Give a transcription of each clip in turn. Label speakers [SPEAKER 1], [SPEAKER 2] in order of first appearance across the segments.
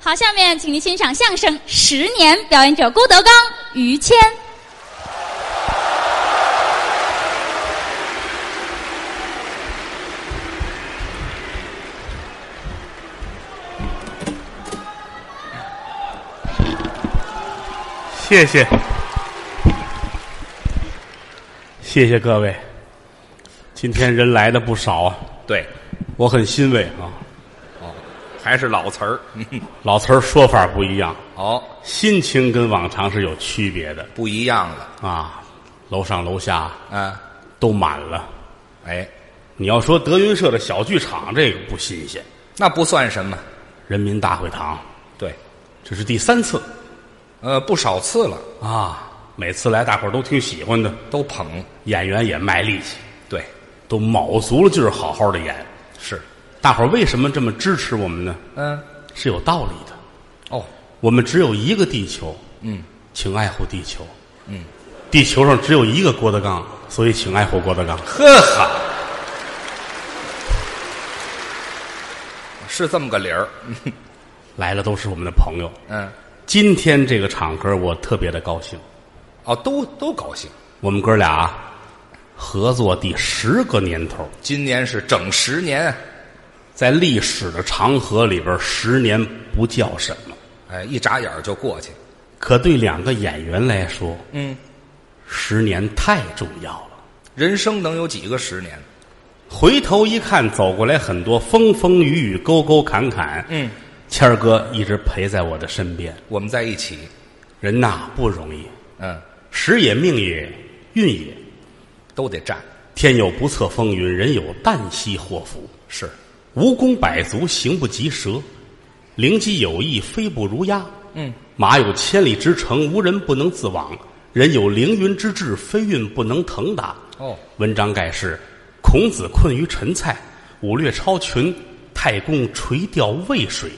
[SPEAKER 1] 好，下面请您欣赏相声《十年》，表演者郭德纲、于谦。
[SPEAKER 2] 谢谢，谢谢各位。今天人来的不少啊，
[SPEAKER 3] 对，哦
[SPEAKER 2] 我很欣慰啊。
[SPEAKER 3] 还是老词儿。
[SPEAKER 2] 老词儿说法不一样，
[SPEAKER 3] 哦，
[SPEAKER 2] 心情跟往常是有区别的
[SPEAKER 3] 不一样了。
[SPEAKER 2] 啊。楼上楼下
[SPEAKER 3] 啊，
[SPEAKER 2] 都满了。
[SPEAKER 3] 哎，
[SPEAKER 2] 你要说德云社的小剧场，这个不新鲜。
[SPEAKER 3] 那不算什么。
[SPEAKER 2] 人民大会堂，
[SPEAKER 3] 对，
[SPEAKER 2] 这是第三次
[SPEAKER 3] 呃，不少次了，
[SPEAKER 2] 啊。每次来，大伙儿都挺喜欢的，
[SPEAKER 3] 都捧。
[SPEAKER 2] 演员也卖力气，
[SPEAKER 3] 对，
[SPEAKER 2] 都卯足了劲儿好好的演。
[SPEAKER 3] 是，
[SPEAKER 2] 大伙儿为什么这么支持我们呢？
[SPEAKER 3] 嗯，
[SPEAKER 2] 是有道理的。
[SPEAKER 3] 哦，
[SPEAKER 2] 我们只有一个地球，
[SPEAKER 3] 嗯，
[SPEAKER 2] 请爱护地球。
[SPEAKER 3] 嗯，
[SPEAKER 2] 地球上只有一个郭德纲，所以请爱护郭德纲。
[SPEAKER 3] 呵呵，是这么个理儿。
[SPEAKER 2] 来了都是我们的朋友。
[SPEAKER 3] 嗯，
[SPEAKER 2] 今天这个场合，我特别的高兴。
[SPEAKER 3] 哦，都都高兴。
[SPEAKER 2] 我们哥俩合作第十个年头，
[SPEAKER 3] 今年是整十年，啊
[SPEAKER 2] 在历史的长河里边，十年不叫什么，
[SPEAKER 3] 哎，一眨眼儿就过去。
[SPEAKER 2] 可对两个演员来说，
[SPEAKER 3] 嗯，
[SPEAKER 2] 十年太重要了。
[SPEAKER 3] 人生能有几个十年？
[SPEAKER 2] 回头一看，走过来很多风风雨雨、沟沟坎坎。
[SPEAKER 3] 嗯，
[SPEAKER 2] 谦儿哥一直陪在我的身边。
[SPEAKER 3] 我们在一起。
[SPEAKER 2] 人呐不容易，
[SPEAKER 3] 嗯，
[SPEAKER 2] 时也命也运也，
[SPEAKER 3] 都得站。
[SPEAKER 2] 天有不测风云，人有旦夕祸福。
[SPEAKER 3] 是，
[SPEAKER 2] 蜈蚣百足，行不及蛇；灵机有意，飞不如鸦。
[SPEAKER 3] 嗯，
[SPEAKER 2] 马有千里之程，无人不能自往；人有凌云之志，飞运不能腾达。
[SPEAKER 3] 哦，
[SPEAKER 2] 文章盖世，孔子困于陈蔡，武略超群，太公垂钓渭水。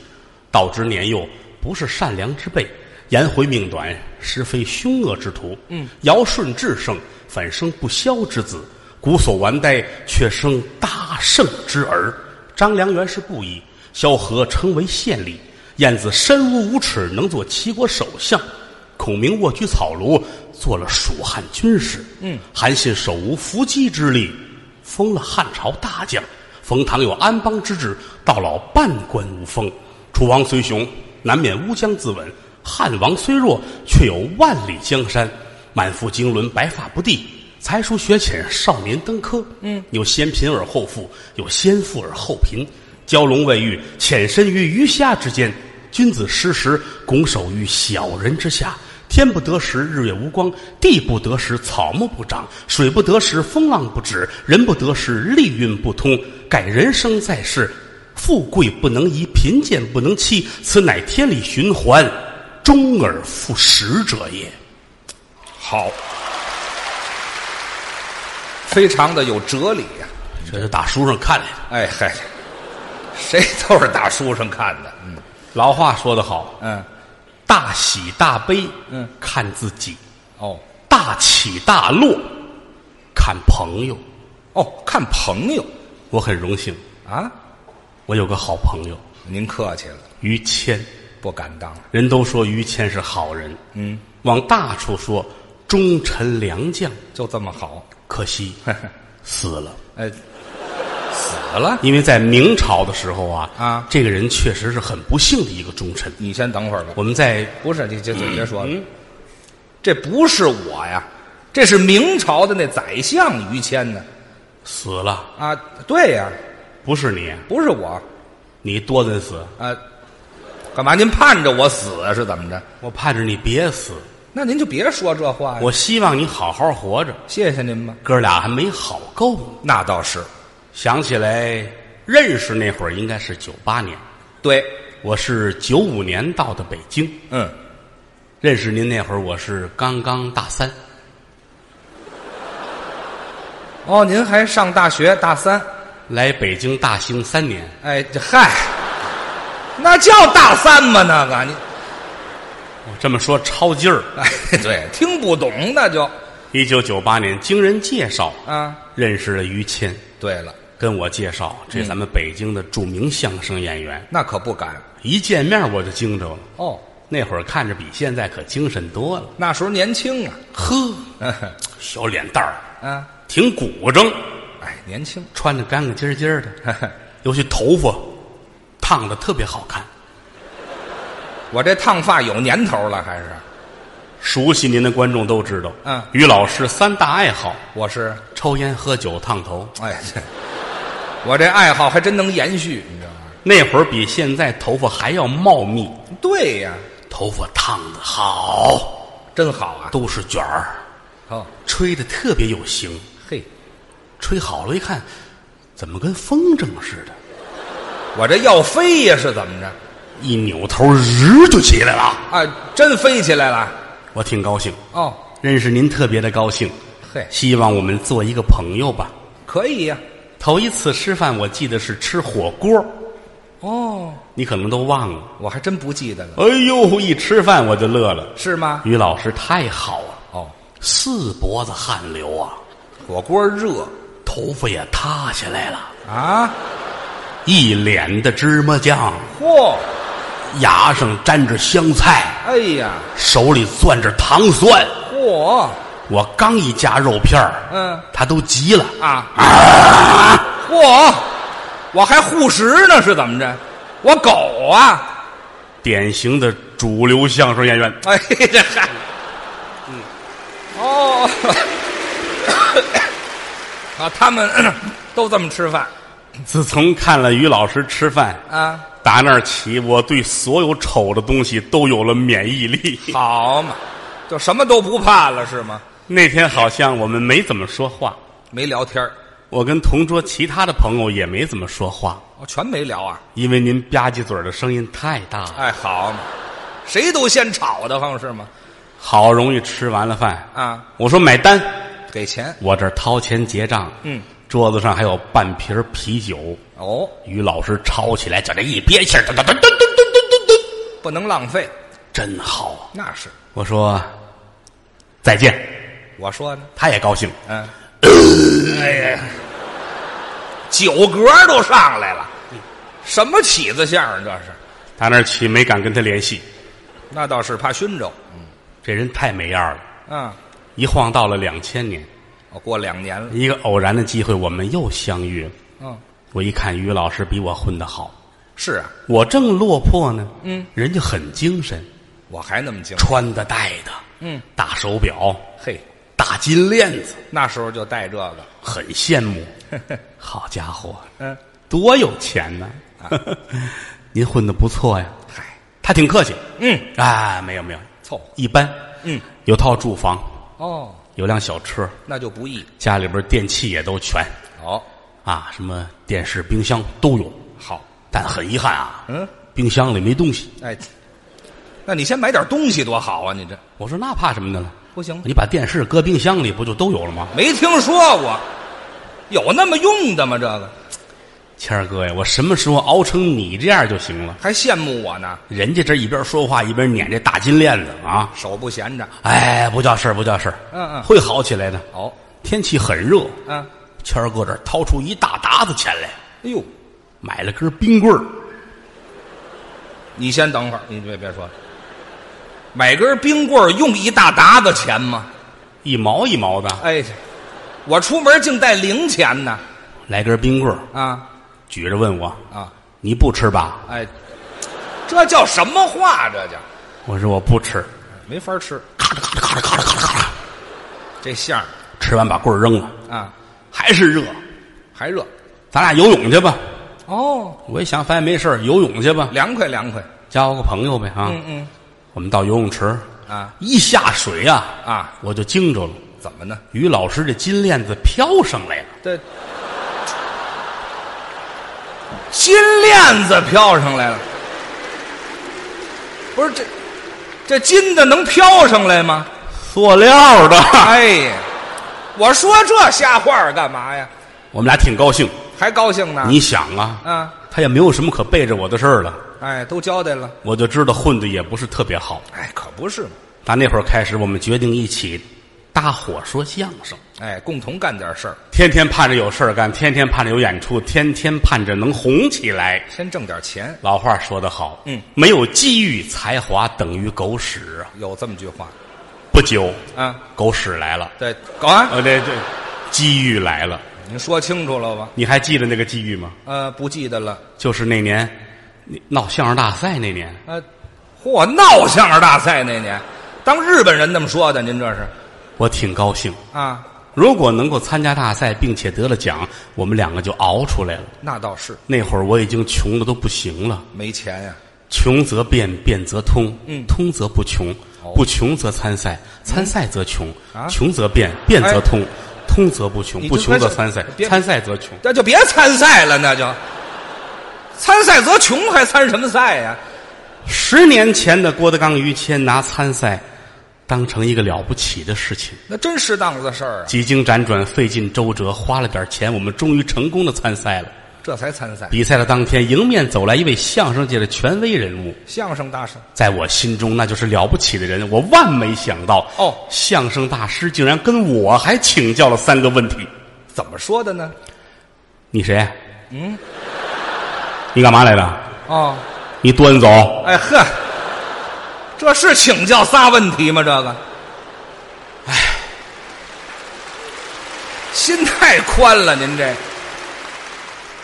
[SPEAKER 2] 道之年幼，不是善良之辈；颜回命短，实非凶恶之徒。嗯，尧舜至圣，反生不肖之子；古所完呆，却生大圣之儿。张良原是布衣，萧何称为县吏，晏子身无五尺，能做齐国首相。孔明卧居草庐，做了蜀汉军师。嗯，韩信手无缚鸡之力，封了汉朝大将。冯唐有安邦之志，到老半官无封。楚王虽雄，难免乌江自刎；汉王虽弱，却有万里江山。满腹经纶，白发不第，才疏学浅，少年登科。嗯，有先贫而后富，有先富而后贫。蛟龙未遇，潜身于鱼虾之间；君子失时，拱手于小人之下。天不得时，日月无光；地不得时，草木不长；水不得时，风浪不止；人不得时，利运不通。盖人生在世，富贵不能移，贫贱不能欺，此乃天理循环，终而复始者也。
[SPEAKER 3] 好，非常的有哲理呀、
[SPEAKER 2] 这是打书上看来的。
[SPEAKER 3] 哎嗨，谁都是打书上看的。嗯
[SPEAKER 2] 老话说得好，
[SPEAKER 3] 嗯，
[SPEAKER 2] 大喜大悲，
[SPEAKER 3] 嗯，
[SPEAKER 2] 看自己。
[SPEAKER 3] 哦
[SPEAKER 2] 大起大落，看朋友。
[SPEAKER 3] 哦，看朋友
[SPEAKER 2] 我很荣幸，
[SPEAKER 3] 啊，
[SPEAKER 2] 我有个好朋友
[SPEAKER 3] 您客气了，
[SPEAKER 2] 于谦。
[SPEAKER 3] 不敢当。
[SPEAKER 2] 人都说于谦是好人，
[SPEAKER 3] 嗯，
[SPEAKER 2] 往大处说，忠臣良将。
[SPEAKER 3] 就这么好。
[SPEAKER 2] 可惜死了，
[SPEAKER 3] 哎，死了？
[SPEAKER 2] 因为在明朝的时候啊，
[SPEAKER 3] 啊
[SPEAKER 2] 这个人确实是很不幸的一个忠臣。
[SPEAKER 3] 你先等会儿吧。
[SPEAKER 2] 我们在
[SPEAKER 3] 不是，你这这别说了，这不是我呀，这是明朝的那宰相于谦呢。
[SPEAKER 2] 死了，
[SPEAKER 3] 啊，对呀，
[SPEAKER 2] 不是你，
[SPEAKER 3] 不是我
[SPEAKER 2] 你多得死，
[SPEAKER 3] 啊，干嘛您盼着我死啊？是怎么着？
[SPEAKER 2] 我盼着你别死，
[SPEAKER 3] 那您就别说这话呀。
[SPEAKER 2] 我希望你好好活着。
[SPEAKER 3] 谢谢您吧。
[SPEAKER 2] 哥俩还没好够呢。
[SPEAKER 3] 那倒是，
[SPEAKER 2] 想起来认识那会儿应该是九八年，
[SPEAKER 3] 对，
[SPEAKER 2] 我是九五年到的北京。
[SPEAKER 3] 嗯，
[SPEAKER 2] 认识您那会儿，我是刚刚大三，
[SPEAKER 3] 哦，您还上大学大三？
[SPEAKER 2] 来北京大兴三年。
[SPEAKER 3] 哎，这嗨，那叫大三吗？那个你，
[SPEAKER 2] 我这么说超劲儿。
[SPEAKER 3] 哎，对， 听不懂那就
[SPEAKER 2] 一九九八年，经人介绍
[SPEAKER 3] 啊，
[SPEAKER 2] 认识了于谦。
[SPEAKER 3] 对了，
[SPEAKER 2] 跟我介绍这咱们北京的著名相声演员。
[SPEAKER 3] 那可不敢
[SPEAKER 2] 一见面我就惊着了，
[SPEAKER 3] 哦。
[SPEAKER 2] 那会儿看着比现在可精神多了。
[SPEAKER 3] 那时候年轻啊，
[SPEAKER 2] 呵，小脸蛋儿
[SPEAKER 3] 啊，
[SPEAKER 2] 挺鼓正，
[SPEAKER 3] 哎，年轻，
[SPEAKER 2] 穿着干干净净的，尤其头发烫的特别好看。
[SPEAKER 3] 我这烫发有年头了，还是
[SPEAKER 2] 熟悉您的观众都知道，
[SPEAKER 3] 嗯
[SPEAKER 2] 于老师三大爱好：
[SPEAKER 3] 我 是
[SPEAKER 2] 抽烟、喝酒、烫头。
[SPEAKER 3] 哎，这我这爱好还真能延续，你知道吗？
[SPEAKER 2] 那会儿比现在头发还要茂密，
[SPEAKER 3] 对呀、
[SPEAKER 2] 头发烫的好，
[SPEAKER 3] 真好啊！
[SPEAKER 2] 都是卷儿，
[SPEAKER 3] 哦，
[SPEAKER 2] 吹的特别有型。
[SPEAKER 3] 嘿，
[SPEAKER 2] 吹好了，一看，怎么跟风筝似的？
[SPEAKER 3] 我这要飞呀，是怎么着？
[SPEAKER 2] 一扭头，日就起来了。
[SPEAKER 3] 啊，真飞起来了！
[SPEAKER 2] 我挺高兴，
[SPEAKER 3] 哦，
[SPEAKER 2] 认识您特别的高兴，
[SPEAKER 3] 嘿，
[SPEAKER 2] 希望我们做一个朋友吧。
[SPEAKER 3] 可以呀、
[SPEAKER 2] 头一次吃饭，我记得是吃火锅，
[SPEAKER 3] 哦，
[SPEAKER 2] 你可能都忘了。
[SPEAKER 3] 我还真不记得了，
[SPEAKER 2] 哎呦，一吃饭我就乐了。
[SPEAKER 3] 是吗？
[SPEAKER 2] 于老师太好了，
[SPEAKER 3] 哦，
[SPEAKER 2] 四脖子汗流啊，
[SPEAKER 3] 火锅热
[SPEAKER 2] 头发也塌下来了，
[SPEAKER 3] 啊！
[SPEAKER 2] 一脸的芝麻酱，
[SPEAKER 3] 嚯，
[SPEAKER 2] 牙上沾着香菜，
[SPEAKER 3] 哎呀，
[SPEAKER 2] 手里攥着糖蒜。
[SPEAKER 3] 嚯，
[SPEAKER 2] 我刚一夹肉片儿，
[SPEAKER 3] 嗯
[SPEAKER 2] 他都急了。
[SPEAKER 3] 啊！ 嚯，我还护食呢，是怎么着？我狗啊！
[SPEAKER 2] 典型的主流相声演员，
[SPEAKER 3] 哎，这嗨，嗯， 哦，啊，他们 都这么吃饭
[SPEAKER 2] 自从看了于老师吃饭，
[SPEAKER 3] 啊？
[SPEAKER 2] 打那儿起，我对所有丑的东西都有了免疫力。
[SPEAKER 3] 好嘛，就什么都不怕了是吗？
[SPEAKER 2] 那天好像我们没怎么说话，
[SPEAKER 3] 没聊天儿
[SPEAKER 2] 我跟同桌其他的朋友也没怎么说话，
[SPEAKER 3] 哦，全没聊啊！
[SPEAKER 2] 因为您吧唧嘴儿的声音太大了。
[SPEAKER 3] 哎，好嘛，谁都先吵得慌是吗？
[SPEAKER 2] 好容易吃完了饭，
[SPEAKER 3] 啊，
[SPEAKER 2] 我说买单，
[SPEAKER 3] 给钱
[SPEAKER 2] 我这儿掏钱结账。
[SPEAKER 3] 嗯，
[SPEAKER 2] 桌子上还有半瓶儿啤酒。
[SPEAKER 3] 哦，
[SPEAKER 2] 于老师抄起来，就这一憋气儿，噔噔噔噔噔噔噔噔，
[SPEAKER 3] 不能浪费，
[SPEAKER 2] 真好啊！
[SPEAKER 3] 那是
[SPEAKER 2] 我说再见，
[SPEAKER 3] 我说呢，
[SPEAKER 2] 他也高兴。
[SPEAKER 3] 嗯， 哎呀，酒嗝都上来了，什么起子相声这是？
[SPEAKER 2] 打那儿起没敢跟他联系，
[SPEAKER 3] 那倒是怕熏着，
[SPEAKER 2] 这人太没样儿了。
[SPEAKER 3] 啊，
[SPEAKER 2] 一晃到了两千年，
[SPEAKER 3] 我过两年了，
[SPEAKER 2] 一个偶然的机会，我们又相遇了。
[SPEAKER 3] 嗯，
[SPEAKER 2] 我一看于老师比我混得好，
[SPEAKER 3] 是啊，
[SPEAKER 2] 我正落魄呢，
[SPEAKER 3] 嗯，
[SPEAKER 2] 人家很精神，
[SPEAKER 3] 我还那么精，
[SPEAKER 2] 穿的戴的，
[SPEAKER 3] 嗯，
[SPEAKER 2] 大手表，
[SPEAKER 3] 嘿，
[SPEAKER 2] 大金链子，
[SPEAKER 3] 那时候就带这个，
[SPEAKER 2] 很羡 慕。好家伙，
[SPEAKER 3] 嗯，
[SPEAKER 2] 多有钱 呢！您混的不错呀。
[SPEAKER 3] 嗨，
[SPEAKER 2] 他挺客气，
[SPEAKER 3] 嗯，
[SPEAKER 2] 啊，没有没有，
[SPEAKER 3] 凑合，
[SPEAKER 2] 一般，
[SPEAKER 3] 嗯，
[SPEAKER 2] 有套住房，
[SPEAKER 3] 哦，
[SPEAKER 2] 有辆小车，
[SPEAKER 3] 那就不易，
[SPEAKER 2] 家里边电器也都全
[SPEAKER 3] 哦，
[SPEAKER 2] 啊，什么电视、冰箱都有。
[SPEAKER 3] 好，
[SPEAKER 2] 但很遗憾啊，
[SPEAKER 3] 嗯，
[SPEAKER 2] 冰箱里没东西。
[SPEAKER 3] 哎，那你先买点东西多好啊！你这
[SPEAKER 2] 我说那怕什么的呢？
[SPEAKER 3] 不行，
[SPEAKER 2] 你把电视搁冰箱里，不就都有了吗？
[SPEAKER 3] 没听说过，有那么用的吗？这个
[SPEAKER 2] 谦儿哥呀，我什么时候熬成你这样就行了？
[SPEAKER 3] 还羡慕我呢，
[SPEAKER 2] 人家这一边说话一边撵这大金链子啊！
[SPEAKER 3] 手不闲着。
[SPEAKER 2] 哎，不叫事儿，不叫事儿，
[SPEAKER 3] 嗯嗯
[SPEAKER 2] 会好起来的。
[SPEAKER 3] 哦，
[SPEAKER 2] 天气很热，
[SPEAKER 3] 啊，
[SPEAKER 2] 谦儿哥这儿掏出一大沓子钱来，
[SPEAKER 3] 哎呦，
[SPEAKER 2] 买了根冰棍儿。
[SPEAKER 3] 你先等会儿，你别别说了，买根冰棍儿用一大沓子钱吗？
[SPEAKER 2] 一毛一毛的，
[SPEAKER 3] 哎，我出门净带零钱呢。
[SPEAKER 2] 来根冰棍儿，
[SPEAKER 3] 啊
[SPEAKER 2] 举着问我
[SPEAKER 3] 啊，：“
[SPEAKER 2] 你不吃吧
[SPEAKER 3] 哎，这叫什么话？这叫？”
[SPEAKER 2] 我说：“我不吃。
[SPEAKER 3] 没法吃”
[SPEAKER 2] 咔嚓咔嚓咔嚓咔嚓咔嚓，
[SPEAKER 3] 这相
[SPEAKER 2] 吃完把棍儿扔了，
[SPEAKER 3] 啊，
[SPEAKER 2] 还是热。
[SPEAKER 3] 还热
[SPEAKER 2] 咱俩游泳去吧。
[SPEAKER 3] 哦，
[SPEAKER 2] 我一想，反正没事儿游泳去吧，
[SPEAKER 3] 凉快凉快。
[SPEAKER 2] 交个朋友呗啊。
[SPEAKER 3] 嗯嗯
[SPEAKER 2] 我们到游泳池，
[SPEAKER 3] 啊
[SPEAKER 2] 一下水呀、啊，
[SPEAKER 3] 啊，
[SPEAKER 2] 我就惊着了。
[SPEAKER 3] 怎么呢？
[SPEAKER 2] 于老师这金链子飘上来了，
[SPEAKER 3] 这金链子飘上来了，不是这这金的能飘上来吗？
[SPEAKER 2] 塑料的。
[SPEAKER 3] 哎呀，我说这瞎话儿干嘛呀？
[SPEAKER 2] 我们俩挺高兴。
[SPEAKER 3] 还高兴呢？
[SPEAKER 2] 你想啊，
[SPEAKER 3] 啊，
[SPEAKER 2] 他也没有什么可背着我的事儿了，
[SPEAKER 3] 哎，都交代了，
[SPEAKER 2] 我就知道混的也不是特别好。
[SPEAKER 3] 哎，可不是嘛，
[SPEAKER 2] 打那会儿开始，我们决定一起搭伙说相声，
[SPEAKER 3] 哎，共同干点事儿，
[SPEAKER 2] 天天盼着有事儿干，天天盼着有演出，天天盼着能红起来。
[SPEAKER 3] 先挣点钱，
[SPEAKER 2] 老话说得好，
[SPEAKER 3] 嗯，
[SPEAKER 2] 没有机遇，才华等于狗屎啊！
[SPEAKER 3] 有这么句话
[SPEAKER 2] 不久，
[SPEAKER 3] 啊。
[SPEAKER 2] 狗屎来了，
[SPEAKER 3] 对，搞啊，
[SPEAKER 2] 呃，这这，机遇来了。
[SPEAKER 3] 您说清楚了吧？
[SPEAKER 2] 你还记得那个机遇吗？
[SPEAKER 3] 呃，不记得了。
[SPEAKER 2] 就是那年，你闹相声大赛那年，
[SPEAKER 3] 呃，嚯，闹相声大赛那年，当日本人那么说的，您这是
[SPEAKER 2] 我挺高兴。
[SPEAKER 3] 啊？
[SPEAKER 2] 如果能够参加大赛，并且得了奖，我们两个就熬出来了。
[SPEAKER 3] 那倒是
[SPEAKER 2] 那会儿我已经穷的都不行了，
[SPEAKER 3] 没钱呀、
[SPEAKER 2] 穷则变，变则通，
[SPEAKER 3] 嗯
[SPEAKER 2] 通则不穷，
[SPEAKER 3] 哦嗯
[SPEAKER 2] 不穷则参赛，参赛则穷，
[SPEAKER 3] 啊哎
[SPEAKER 2] 穷则变，变则通，通则不穷，
[SPEAKER 3] 你
[SPEAKER 2] 不
[SPEAKER 3] 就
[SPEAKER 2] 穷
[SPEAKER 3] 开
[SPEAKER 2] 则
[SPEAKER 3] 始
[SPEAKER 2] 参赛，
[SPEAKER 3] 别
[SPEAKER 2] 参赛则穷。
[SPEAKER 3] 那就别参赛了，那就参赛则穷，还参什么赛呀、
[SPEAKER 2] 十年前的郭德纲、于谦拿参赛当成一个了不起的事情，
[SPEAKER 3] 那真是档子的事儿啊，
[SPEAKER 2] 几经辗转，费尽周折，花了点钱，我们终于成功的参赛了。
[SPEAKER 3] 这才参赛。
[SPEAKER 2] 比赛的当天，迎面走来一位相声界的权威人物，
[SPEAKER 3] 相声大赏，
[SPEAKER 2] 在我心中那就是了不起的人，我万没想到
[SPEAKER 3] 哦
[SPEAKER 2] 相声大师竟然跟我还请教了三个问题。
[SPEAKER 3] 怎么说的呢？
[SPEAKER 2] 你谁？嗯，你干嘛来的？
[SPEAKER 3] 哦，
[SPEAKER 2] 你端走！
[SPEAKER 3] 哎呵，这是请教仨问题吗？这个，哎，哎心太宽了，您这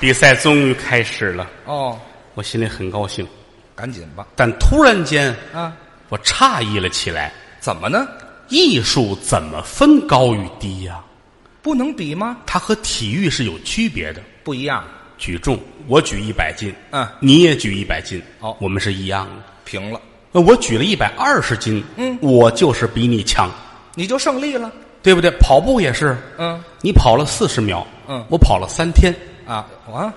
[SPEAKER 2] 比赛终于开始了，
[SPEAKER 3] 哦，
[SPEAKER 2] 我心里很高兴，
[SPEAKER 3] 赶紧吧
[SPEAKER 2] 但突然间
[SPEAKER 3] 啊！
[SPEAKER 2] 我诧异了起来：
[SPEAKER 3] 怎么呢？
[SPEAKER 2] 艺术怎么分高与低呀、
[SPEAKER 3] 不能比吗？
[SPEAKER 2] 它和体育是有区别的。
[SPEAKER 3] 不一样，
[SPEAKER 2] 举重，我举一百斤，
[SPEAKER 3] 嗯
[SPEAKER 2] 你也举一百斤，
[SPEAKER 3] 哦
[SPEAKER 2] 我们是一样的。
[SPEAKER 3] 平了，
[SPEAKER 2] 那我举了一百二十斤，
[SPEAKER 3] 嗯
[SPEAKER 2] 我就是比你强，
[SPEAKER 3] 你就胜利了。
[SPEAKER 2] 对不对？跑步也是，
[SPEAKER 3] 嗯
[SPEAKER 2] 你跑了四十秒，
[SPEAKER 3] 嗯
[SPEAKER 2] 我跑了三天，
[SPEAKER 3] 啊啊！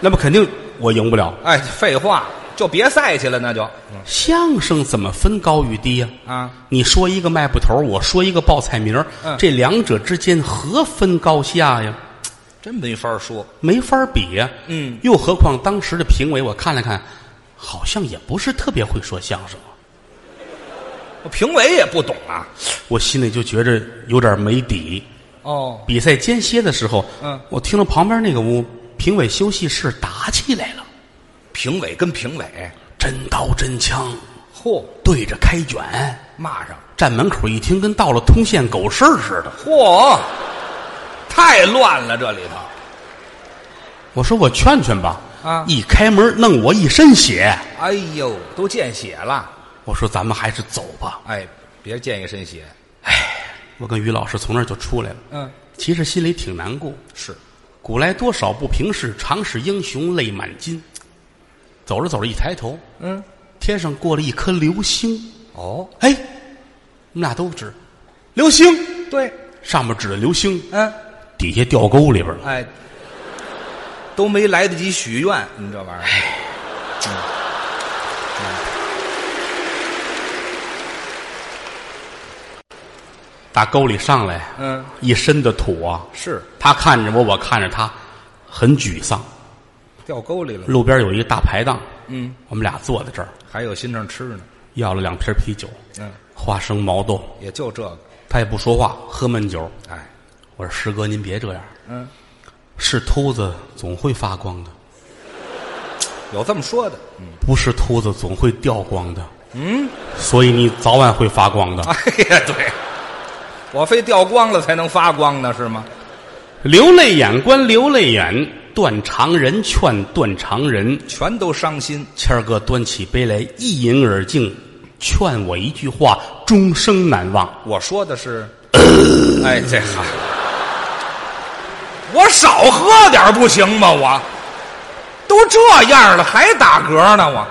[SPEAKER 2] 那么肯定我赢不了。
[SPEAKER 3] 哎，废话，就别赛去了，那就
[SPEAKER 2] 相声怎么分高与低呀、
[SPEAKER 3] 啊，
[SPEAKER 2] 你说一个卖布头，我说一个报菜名儿，
[SPEAKER 3] 嗯
[SPEAKER 2] 这两者之间何分高下呀？
[SPEAKER 3] 真没法说。
[SPEAKER 2] 没法比呀、
[SPEAKER 3] 嗯，
[SPEAKER 2] 又何况当时的评委，我看了看，好像也不是特别会说相声啊，
[SPEAKER 3] 评委也不懂啊。
[SPEAKER 2] 我心里就觉着有点没底。
[SPEAKER 3] 哦，
[SPEAKER 2] 比赛间歇的时候，
[SPEAKER 3] 嗯
[SPEAKER 2] 我听到旁边那个屋评委休息室打起来了，
[SPEAKER 3] 评委跟评委，
[SPEAKER 2] 真刀真枪
[SPEAKER 3] 嚯，
[SPEAKER 2] 对着开卷，
[SPEAKER 3] 骂上，
[SPEAKER 2] 站门口一听跟到了通县狗市似的。
[SPEAKER 3] 嚯，太乱了这里头。
[SPEAKER 2] 我说我劝劝吧，
[SPEAKER 3] 啊
[SPEAKER 2] 一开门弄我一身血。
[SPEAKER 3] 哎呦，都见血了。
[SPEAKER 2] 我说咱们还是走吧。
[SPEAKER 3] 哎，别溅一身血。
[SPEAKER 2] 我跟于老师从那儿就出来了，
[SPEAKER 3] 嗯，
[SPEAKER 2] 其实心里挺难过。
[SPEAKER 3] 是，
[SPEAKER 2] 古来多少不平事，常使英雄泪满襟。走着走着，一抬头，
[SPEAKER 3] 嗯，
[SPEAKER 2] 天上过了一颗流星。
[SPEAKER 3] 哦，
[SPEAKER 2] 哎，我们俩都指流星，
[SPEAKER 3] 对，
[SPEAKER 2] 上面指着流星，
[SPEAKER 3] 嗯，
[SPEAKER 2] 底下掉沟里边了。
[SPEAKER 3] 哎，都没来得及许愿，你这玩意儿。
[SPEAKER 2] 打沟里上来，
[SPEAKER 3] 嗯，
[SPEAKER 2] 一身的土啊。
[SPEAKER 3] 是
[SPEAKER 2] 他看着我，我看着他，很沮丧。
[SPEAKER 3] 掉沟里了。
[SPEAKER 2] 路边有一个大排档，
[SPEAKER 3] 嗯，
[SPEAKER 2] 我们俩坐在这儿，
[SPEAKER 3] 还有心肠吃呢。
[SPEAKER 2] 要了两瓶啤酒，
[SPEAKER 3] 嗯，
[SPEAKER 2] 花生毛豆，
[SPEAKER 3] 也就这个。
[SPEAKER 2] 他也不说话，喝闷酒。
[SPEAKER 3] 哎，
[SPEAKER 2] 我说师哥，您别这样，
[SPEAKER 3] 嗯，
[SPEAKER 2] 是秃子总会发光的，
[SPEAKER 3] 有这么说 的。
[SPEAKER 2] 不是秃子总会掉光的。嗯，所以你早晚会发光的。
[SPEAKER 3] 哎呀，对，我非掉光了才能发光呢，是吗？
[SPEAKER 2] 流泪眼观流泪眼，断肠人劝断肠人。
[SPEAKER 3] 全都伤心，
[SPEAKER 2] 谦儿哥端起杯来，一饮而尽，劝我一句话，终生难忘。
[SPEAKER 3] 我说的是，哎，这好，我少喝点儿不行吗？我都这样了还打嗝呢，我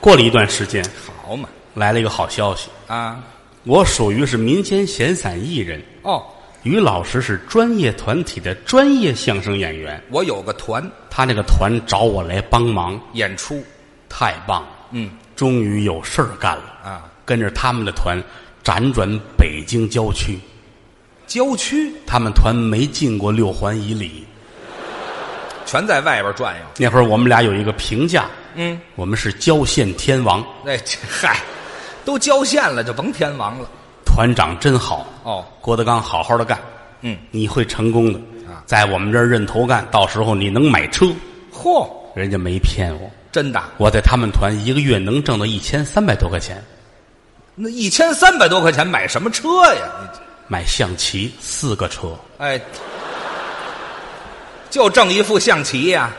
[SPEAKER 2] 过了一段时间，
[SPEAKER 3] 好嘛
[SPEAKER 2] 来了一个好消息，
[SPEAKER 3] 啊，
[SPEAKER 2] 我属于是民间闲散艺人，
[SPEAKER 3] 哦，
[SPEAKER 2] 于老师是专业团体的专业相声演员，
[SPEAKER 3] 我有个团
[SPEAKER 2] 他那个团找我来帮忙，
[SPEAKER 3] 演出，
[SPEAKER 2] 太棒了，
[SPEAKER 3] 嗯
[SPEAKER 2] 终于有事儿干了，
[SPEAKER 3] 啊，
[SPEAKER 2] 跟着他们的团辗转北京郊区，
[SPEAKER 3] 郊区
[SPEAKER 2] 他们团没进过六环以里，
[SPEAKER 3] 全在外边转悠，
[SPEAKER 2] 那会儿我们俩有一个评价，
[SPEAKER 3] 嗯，
[SPEAKER 2] 我们是郊县天王。
[SPEAKER 3] 哎，这嗨，都郊县了就甭天王了，
[SPEAKER 2] 团长真好，
[SPEAKER 3] 哦，
[SPEAKER 2] 郭德纲好好的干，
[SPEAKER 3] 嗯，
[SPEAKER 2] 你会成功的
[SPEAKER 3] 啊。
[SPEAKER 2] 在我们这儿认头干，到时候你能买车。
[SPEAKER 3] 嚯，
[SPEAKER 2] 人家没骗我，
[SPEAKER 3] 真的，
[SPEAKER 2] 我在他们团一个月能挣到一千三百多块钱，
[SPEAKER 3] 那一千三百多块钱买什么车呀？
[SPEAKER 2] 买象棋四个车。
[SPEAKER 3] 哎，就挣一副象棋呀、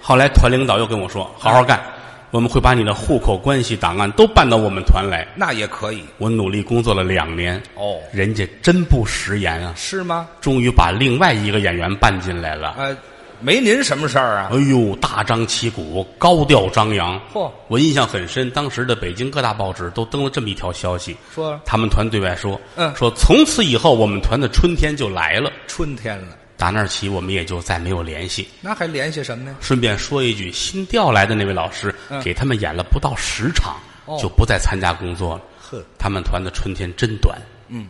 [SPEAKER 2] 后来团领导又跟我说：“好好干，我们会把你的户口关系档案都办到我们团来。
[SPEAKER 3] 那也可以”
[SPEAKER 2] 我努力工作了两年，
[SPEAKER 3] 哦，
[SPEAKER 2] 人家真不食言啊，
[SPEAKER 3] 是吗？
[SPEAKER 2] 终于把另外一个演员办进来了。
[SPEAKER 3] 呃，没您什么事儿啊？
[SPEAKER 2] 哎呦，大张旗鼓，高调张扬。
[SPEAKER 3] 嚯
[SPEAKER 2] 我印象很深，当时的北京各大报纸都登了这么一条消息，
[SPEAKER 3] 说
[SPEAKER 2] 他们团对外说：“
[SPEAKER 3] 嗯
[SPEAKER 2] 说从此以后我们团的春天就来了。
[SPEAKER 3] 春天了，”
[SPEAKER 2] 打那儿起，我们也就再没有联系。
[SPEAKER 3] 那还联系什么呀？
[SPEAKER 2] 顺便说一句，新调来的那位老师、
[SPEAKER 3] 嗯
[SPEAKER 2] 给他们演了不到十场，
[SPEAKER 3] 哦
[SPEAKER 2] 就不再参加工作了。
[SPEAKER 3] 呵，
[SPEAKER 2] 他们团的春天真短，嗯，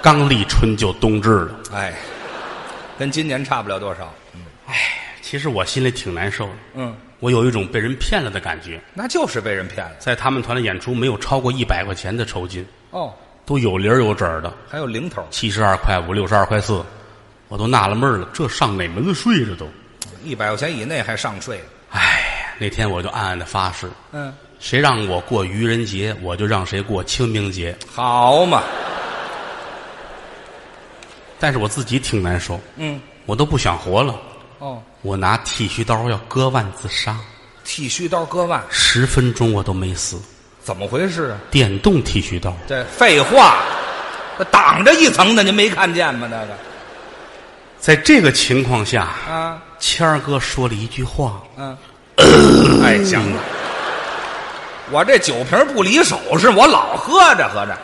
[SPEAKER 2] 刚立春就冬至了。
[SPEAKER 3] 哎，跟今年差不了多少。
[SPEAKER 2] 其实我心里挺难受的，
[SPEAKER 3] 嗯，
[SPEAKER 2] 我有一种被人骗了的感觉。
[SPEAKER 3] 那就是被人骗了。
[SPEAKER 2] 在他们团的演出没有超过一百块钱的酬金，
[SPEAKER 3] 哦，
[SPEAKER 2] 都有零儿有整儿的，
[SPEAKER 3] 还有零头，
[SPEAKER 2] 七十二块五、六十二块四，我都纳了闷儿了，这上哪门子税这都？
[SPEAKER 3] 一百块钱以内还上税了。
[SPEAKER 2] 哎，那天我就暗暗的发誓，
[SPEAKER 3] 嗯，
[SPEAKER 2] 谁让我过愚人节，我就让谁过清明节。
[SPEAKER 3] 好嘛，
[SPEAKER 2] 但是我自己挺难受，
[SPEAKER 3] 嗯，
[SPEAKER 2] 我都不想活了。
[SPEAKER 3] 哦，
[SPEAKER 2] 我拿剃须刀要割腕自杀，
[SPEAKER 3] 剃须刀割腕，
[SPEAKER 2] 十分钟我都没死。
[SPEAKER 3] 怎么回事啊？
[SPEAKER 2] 电动剃须刀，
[SPEAKER 3] 这废话，那挡着一层的，您没看见吗？那个
[SPEAKER 2] 在这个情况下，
[SPEAKER 3] 啊，
[SPEAKER 2] 谦儿哥说了一句话，
[SPEAKER 3] 嗯， 哎，行了，我这酒瓶不离手，是我老喝着喝着。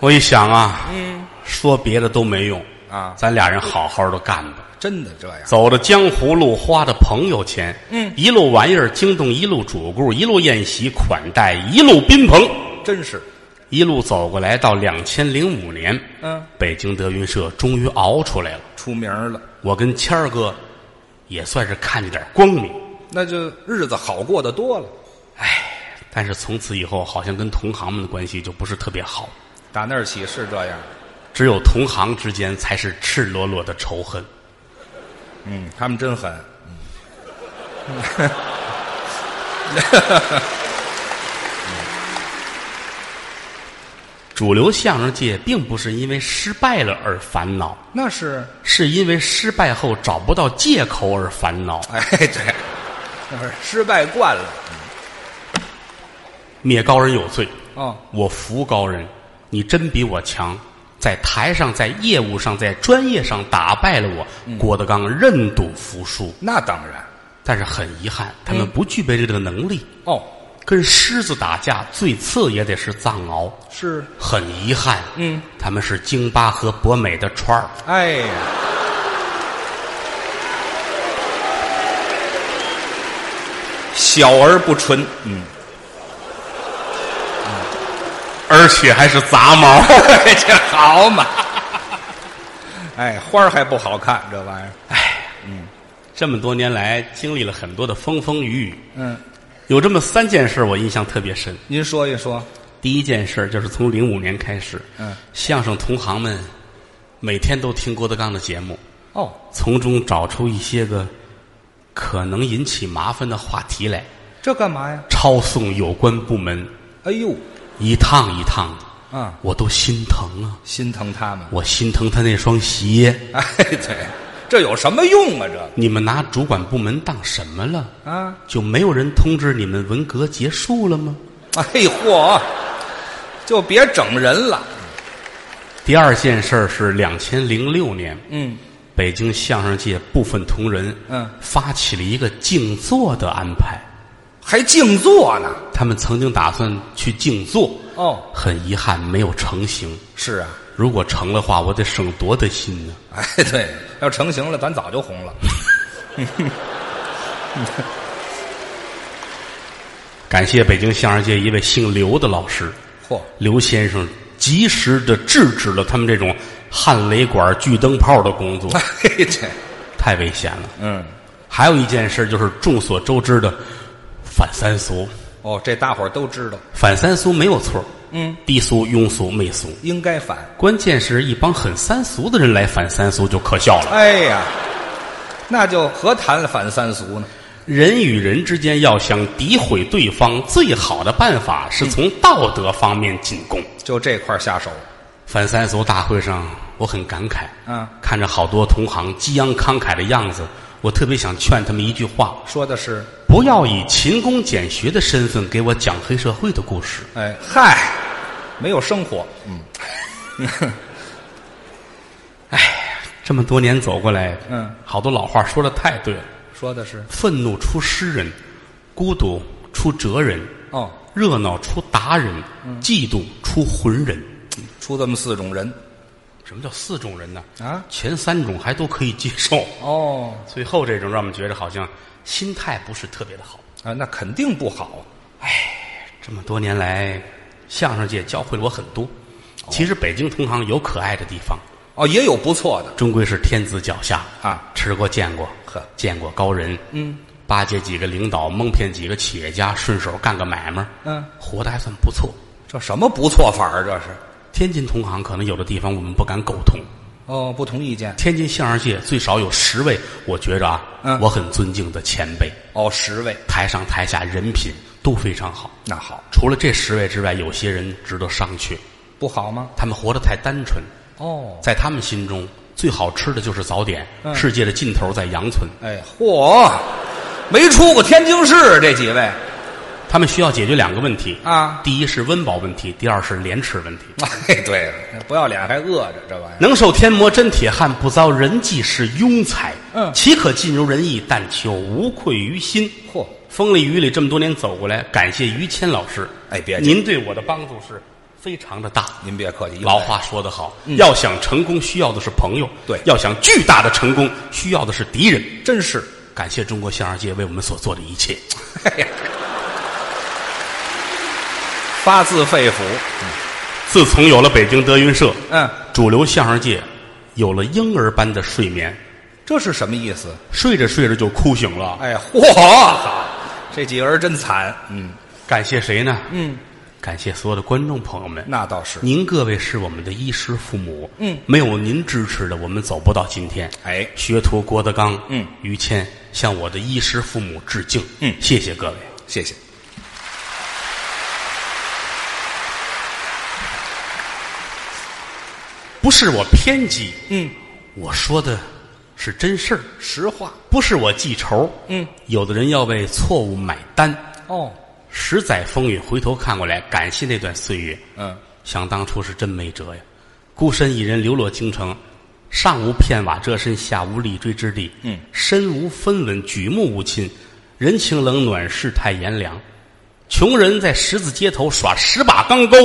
[SPEAKER 2] 我一想啊，
[SPEAKER 3] 嗯，
[SPEAKER 2] 说别的都没用
[SPEAKER 3] 啊
[SPEAKER 2] 咱俩人好好的干吧。
[SPEAKER 3] 真的这样。
[SPEAKER 2] 走着江湖路，花的朋友钱，
[SPEAKER 3] 嗯
[SPEAKER 2] 一路玩意儿惊动一路主顾，一路宴席款待，一路宾朋，
[SPEAKER 3] 真是，
[SPEAKER 2] 一路走过来到两千零五年，
[SPEAKER 3] 嗯，
[SPEAKER 2] 北京德云社终于熬出来了。
[SPEAKER 3] 出名了，
[SPEAKER 2] 我跟谦儿哥也算是看见点光明，
[SPEAKER 3] 那就日子好过得多了。
[SPEAKER 2] 但是从此以后，好像跟同行们的关系就不是特别好，
[SPEAKER 3] 打那儿起是这样，
[SPEAKER 2] 只有同行之间才是赤裸裸的仇恨。
[SPEAKER 3] 嗯，他们真狠。
[SPEAKER 2] 主流相声界并不是因为失败了而烦恼，
[SPEAKER 3] 那是，
[SPEAKER 2] 是因为失败后找不到借口而烦恼。
[SPEAKER 3] 哎， 对，那是失败惯了。
[SPEAKER 2] 灭高人有罪，
[SPEAKER 3] 哦，
[SPEAKER 2] 我服高人，你真比我强。在台上，在业务上，在专业上打败了我，郭德纲认赌服输。
[SPEAKER 3] 那当然。
[SPEAKER 2] 但是很遗憾，他们不具备这个能力。
[SPEAKER 3] 哦，
[SPEAKER 2] 跟狮子打架，最次也得是藏獒。
[SPEAKER 3] 是，
[SPEAKER 2] 很遗憾，
[SPEAKER 3] 嗯，
[SPEAKER 2] 他们是京巴和博美的川儿。
[SPEAKER 3] 哎呀，小而不纯，嗯，
[SPEAKER 2] 嗯而且还是杂毛。
[SPEAKER 3] 这好嘛。哎，花儿还不好看，这玩意儿。
[SPEAKER 2] 这么多年来，经历了很多的风风雨雨，
[SPEAKER 3] 嗯，
[SPEAKER 2] 有这么三件事我印象特别深。
[SPEAKER 3] 您说一说。
[SPEAKER 2] 第一件事就是从零五年开始，
[SPEAKER 3] 嗯，
[SPEAKER 2] 相声同行们每天都听郭德纲的节目，
[SPEAKER 3] 哦，
[SPEAKER 2] 从中找出一些个可能引起麻烦的话题来，
[SPEAKER 3] 这干嘛呀？
[SPEAKER 2] 抄送有关部门，
[SPEAKER 3] 哎呦，
[SPEAKER 2] 一趟一趟的，
[SPEAKER 3] 啊，
[SPEAKER 2] 我都心疼啊！
[SPEAKER 3] 心疼他们。
[SPEAKER 2] 我心疼他那双鞋。
[SPEAKER 3] 哎，对，这有什么用啊？这个
[SPEAKER 2] 你们拿主管部门当什么了？
[SPEAKER 3] 啊，
[SPEAKER 2] 就没有人通知你们文革结束了吗？
[SPEAKER 3] 哎嚯，就别整人了。
[SPEAKER 2] 第二件事儿是两千零六年，
[SPEAKER 3] 嗯，
[SPEAKER 2] 北京相声界部分同仁，
[SPEAKER 3] 嗯
[SPEAKER 2] 发起了一个静坐的安排。
[SPEAKER 3] 还静坐呢。
[SPEAKER 2] 他们曾经打算去静坐，
[SPEAKER 3] 哦，
[SPEAKER 2] 很遗憾没有成型。
[SPEAKER 3] 是啊。
[SPEAKER 2] 如果成了话，我得省多大心呢？
[SPEAKER 3] 哎，对，要成型了，咱早就红了。
[SPEAKER 2] 感谢北京相声界一位姓刘的老师，
[SPEAKER 3] 嚯，
[SPEAKER 2] 刘先生及时的制止了他们这种焊雷管、锯灯泡的工作，
[SPEAKER 3] 哎，这，
[SPEAKER 2] 太危险了。
[SPEAKER 3] 嗯，
[SPEAKER 2] 还有一件事就是众所周知的反三俗，
[SPEAKER 3] 哦，这大伙儿都知道，
[SPEAKER 2] 反三俗没有错儿，
[SPEAKER 3] 嗯，
[SPEAKER 2] 低俗、庸俗、媚俗，
[SPEAKER 3] 应该反。
[SPEAKER 2] 关键是一帮很三俗的人来反三俗就可笑了。
[SPEAKER 3] 哎呀，那就何谈反三俗呢？
[SPEAKER 2] 人与人之间要想诋毁对方，最好的办法是从道德方面进攻。
[SPEAKER 3] 就这块儿下手，
[SPEAKER 2] 反三俗大会上，我很感慨，
[SPEAKER 3] 嗯，
[SPEAKER 2] 看着好多同行激昂慷慨的样子，我特别想劝他们一句话：
[SPEAKER 3] 说的是，
[SPEAKER 2] 不要以勤工俭学的身份给我讲黑社会的故事。
[SPEAKER 3] 哎，嗨，没有生活，嗯
[SPEAKER 2] 这么多年走过来，
[SPEAKER 3] 嗯，
[SPEAKER 2] 好多老话说的太对了，
[SPEAKER 3] 说的是，
[SPEAKER 2] 愤怒出诗人，孤独出哲人，
[SPEAKER 3] 哦，
[SPEAKER 2] 热闹出达人，
[SPEAKER 3] 嗯
[SPEAKER 2] 嫉妒出浑人。
[SPEAKER 3] 出这么四种人
[SPEAKER 2] 什么叫四种人呢？
[SPEAKER 3] 啊？
[SPEAKER 2] 前三种还都可以接受，
[SPEAKER 3] 哦，
[SPEAKER 2] 最后这种让我们觉得好像心态不是特别的好。
[SPEAKER 3] 啊，那肯定不好。
[SPEAKER 2] 这么多年来，相声界教会了我很多。其实北京同行有可爱的地方，
[SPEAKER 3] 哦，也有不错的
[SPEAKER 2] 终归是天子脚下
[SPEAKER 3] 啊，
[SPEAKER 2] 吃过见过，
[SPEAKER 3] 呵
[SPEAKER 2] 见过高人，
[SPEAKER 3] 嗯，
[SPEAKER 2] 巴结几个领导，蒙骗几个企业家，顺手干个买卖，
[SPEAKER 3] 嗯，
[SPEAKER 2] 活得还算不错。
[SPEAKER 3] 这什么不错法儿？这是
[SPEAKER 2] 天津同行可能有的地方我们不敢苟同，
[SPEAKER 3] 哦，不同意见
[SPEAKER 2] 天津相声界最少有十位，我觉着啊，
[SPEAKER 3] 嗯
[SPEAKER 2] 我很尊敬的前辈，
[SPEAKER 3] 哦，十位
[SPEAKER 2] 台上台下人品都非常好。
[SPEAKER 3] 那好
[SPEAKER 2] 除了这十位之外，有些人值得商榷，
[SPEAKER 3] 不好吗？
[SPEAKER 2] 他们活得太单纯，
[SPEAKER 3] 哦，
[SPEAKER 2] 在他们心中最好吃的就是早点。
[SPEAKER 3] 嗯
[SPEAKER 2] 世界的尽头在羊村，
[SPEAKER 3] 哎，嚯，没出过天津市这几位
[SPEAKER 2] 他们需要解决两个问题，
[SPEAKER 3] 啊？
[SPEAKER 2] 第一是温饱问题，第二是廉耻问题。
[SPEAKER 3] 哎，对了，不要脸还饿着这玩意儿。
[SPEAKER 2] 能受天磨真铁汉，不遭人忌是庸才。
[SPEAKER 3] 嗯
[SPEAKER 2] 岂可尽如人意，但求无愧于心。
[SPEAKER 3] 嚯，
[SPEAKER 2] 风里雨里这么多年走过来，感谢于谦老师。
[SPEAKER 3] 哎别介
[SPEAKER 2] 您对我的帮助是非常的大。
[SPEAKER 3] 您别客气，
[SPEAKER 2] 老话说得好，要想成功需要的是朋友，
[SPEAKER 3] 嗯对
[SPEAKER 2] 要想巨大的成功需要的是敌人。
[SPEAKER 3] 真是，
[SPEAKER 2] 感谢中国相声界为我们所做的一切。
[SPEAKER 3] 哎呀，发自肺腑。
[SPEAKER 2] 自从有了北京德云社，
[SPEAKER 3] 嗯，
[SPEAKER 2] 主流相声界有了婴儿般的睡眠，
[SPEAKER 3] 这是什么意思？
[SPEAKER 2] 睡着睡着就哭醒了。
[SPEAKER 3] 哎，嚯，这几个人真惨。嗯
[SPEAKER 2] 感谢谁呢？
[SPEAKER 3] 嗯，
[SPEAKER 2] 感谢所有的观众朋友们。
[SPEAKER 3] 那倒是。
[SPEAKER 2] 您各位是我们的衣食父母，
[SPEAKER 3] 嗯，
[SPEAKER 2] 没有您支持的，我们走不到今天。
[SPEAKER 3] 哎，
[SPEAKER 2] 学徒郭德纲，
[SPEAKER 3] 嗯，
[SPEAKER 2] 于谦向我的衣食父母致敬，
[SPEAKER 3] 嗯
[SPEAKER 2] 谢谢各位。
[SPEAKER 3] 谢谢。
[SPEAKER 2] 不是我偏激，
[SPEAKER 3] 嗯，
[SPEAKER 2] 我说的是真事儿，
[SPEAKER 3] 实话。
[SPEAKER 2] 不是我记仇。
[SPEAKER 3] 嗯，
[SPEAKER 2] 有的人要为错误买单，
[SPEAKER 3] 哦，
[SPEAKER 2] 十载风雨回头看过来，感谢那段岁月。
[SPEAKER 3] 嗯，
[SPEAKER 2] 想当初是真没辙呀，孤身一人流落京城，上无片瓦遮身，下无立锥之地，
[SPEAKER 3] 嗯，
[SPEAKER 2] 身无分文，举目无亲，人情冷暖，世态炎凉。穷人在十字街头耍十把钢钩，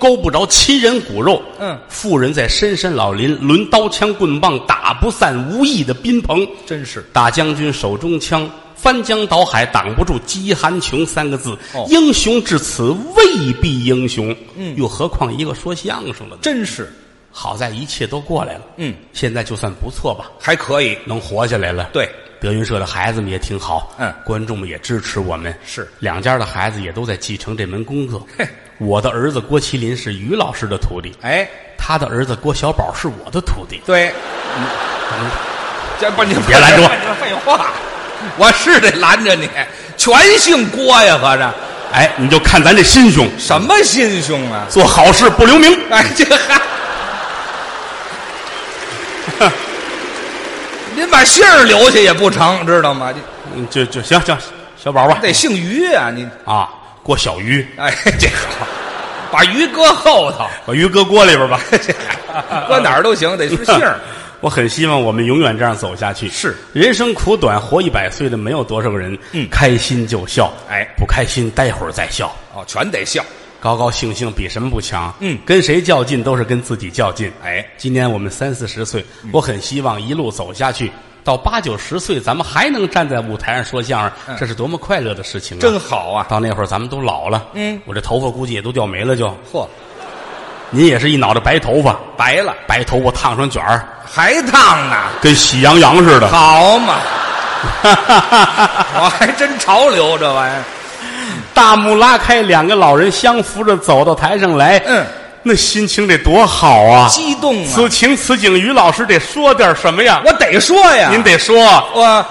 [SPEAKER 2] 勾不着亲人骨肉；
[SPEAKER 3] 嗯
[SPEAKER 2] 富人在深山老林抡刀枪棍棒，打不散无义的宾朋。
[SPEAKER 3] 真是。
[SPEAKER 2] 大将军手中枪，翻江倒海挡不住“饥寒穷”三个字。
[SPEAKER 3] 哦
[SPEAKER 2] 英雄至此未必英雄，嗯，又何况一个说相声的呢？
[SPEAKER 3] 真是，
[SPEAKER 2] 好在一切都过来了，
[SPEAKER 3] 嗯，
[SPEAKER 2] 现在就算不错吧，
[SPEAKER 3] 还可以。
[SPEAKER 2] 能活下来了。，
[SPEAKER 3] 对，
[SPEAKER 2] 德云社的孩子们也挺好，
[SPEAKER 3] 嗯
[SPEAKER 2] 观众们也支持我们，
[SPEAKER 3] 是
[SPEAKER 2] 两家的孩子也都在继承这门工作
[SPEAKER 3] 嘿。
[SPEAKER 2] 我的儿子郭麒麟是于老师的徒弟，
[SPEAKER 3] 哎，
[SPEAKER 2] 他的儿子郭小宝是我的徒弟。
[SPEAKER 3] 对，这不你
[SPEAKER 2] 别拦着我
[SPEAKER 3] 这废话，我是得拦着你，全姓郭呀，合着
[SPEAKER 2] 哎，你就看咱这心胸，
[SPEAKER 3] 什么心胸啊？
[SPEAKER 2] 做好事不留名。
[SPEAKER 3] 哎，这还， 您把姓儿留下也不成，知道吗？你
[SPEAKER 2] 嗯，就就行行，小宝吧，
[SPEAKER 3] 得姓于啊，你
[SPEAKER 2] 啊，郭小鱼，
[SPEAKER 3] 哎， 这好，把于搁后头，
[SPEAKER 2] 把鱼搁锅里边 吧。
[SPEAKER 3] 这
[SPEAKER 2] 啊
[SPEAKER 3] 搁哪儿都行，得是姓 儿。
[SPEAKER 2] 我很希望我们永远这样走下去。
[SPEAKER 3] 是，
[SPEAKER 2] 人生苦短，活一百岁的没有多少个人。
[SPEAKER 3] 嗯
[SPEAKER 2] 开心就笑，
[SPEAKER 3] 哎
[SPEAKER 2] 不开心待会儿再笑。
[SPEAKER 3] 哦，全得笑。
[SPEAKER 2] 高高兴兴比什么不强？
[SPEAKER 3] 嗯
[SPEAKER 2] 跟谁较劲都是跟自己较劲。
[SPEAKER 3] 哎嗯
[SPEAKER 2] 今年我们三四十岁，我很希望一路走下去，到八九十岁，咱们还能站在舞台上说相
[SPEAKER 3] 嗯
[SPEAKER 2] 声，这是多么快乐的事情啊！
[SPEAKER 3] 真好啊！
[SPEAKER 2] 到那会儿咱们都老了，
[SPEAKER 3] 嗯
[SPEAKER 2] 我这头发估计也都掉没了就，
[SPEAKER 3] 嚯，
[SPEAKER 2] 您也是一脑袋白头发，
[SPEAKER 3] 白了
[SPEAKER 2] 白头发烫成卷儿，
[SPEAKER 3] 还烫呢，
[SPEAKER 2] 跟喜羊羊似的。
[SPEAKER 3] 好嘛！我还真潮流这玩意儿，
[SPEAKER 2] 大幕拉开，两个老人相扶着走到台上来，
[SPEAKER 3] 嗯，
[SPEAKER 2] 那心情得多好啊！
[SPEAKER 3] 激动啊！
[SPEAKER 2] 此情此景，于老师得说点什么呀？
[SPEAKER 3] 我得说呀，
[SPEAKER 2] 您得说，
[SPEAKER 3] 我，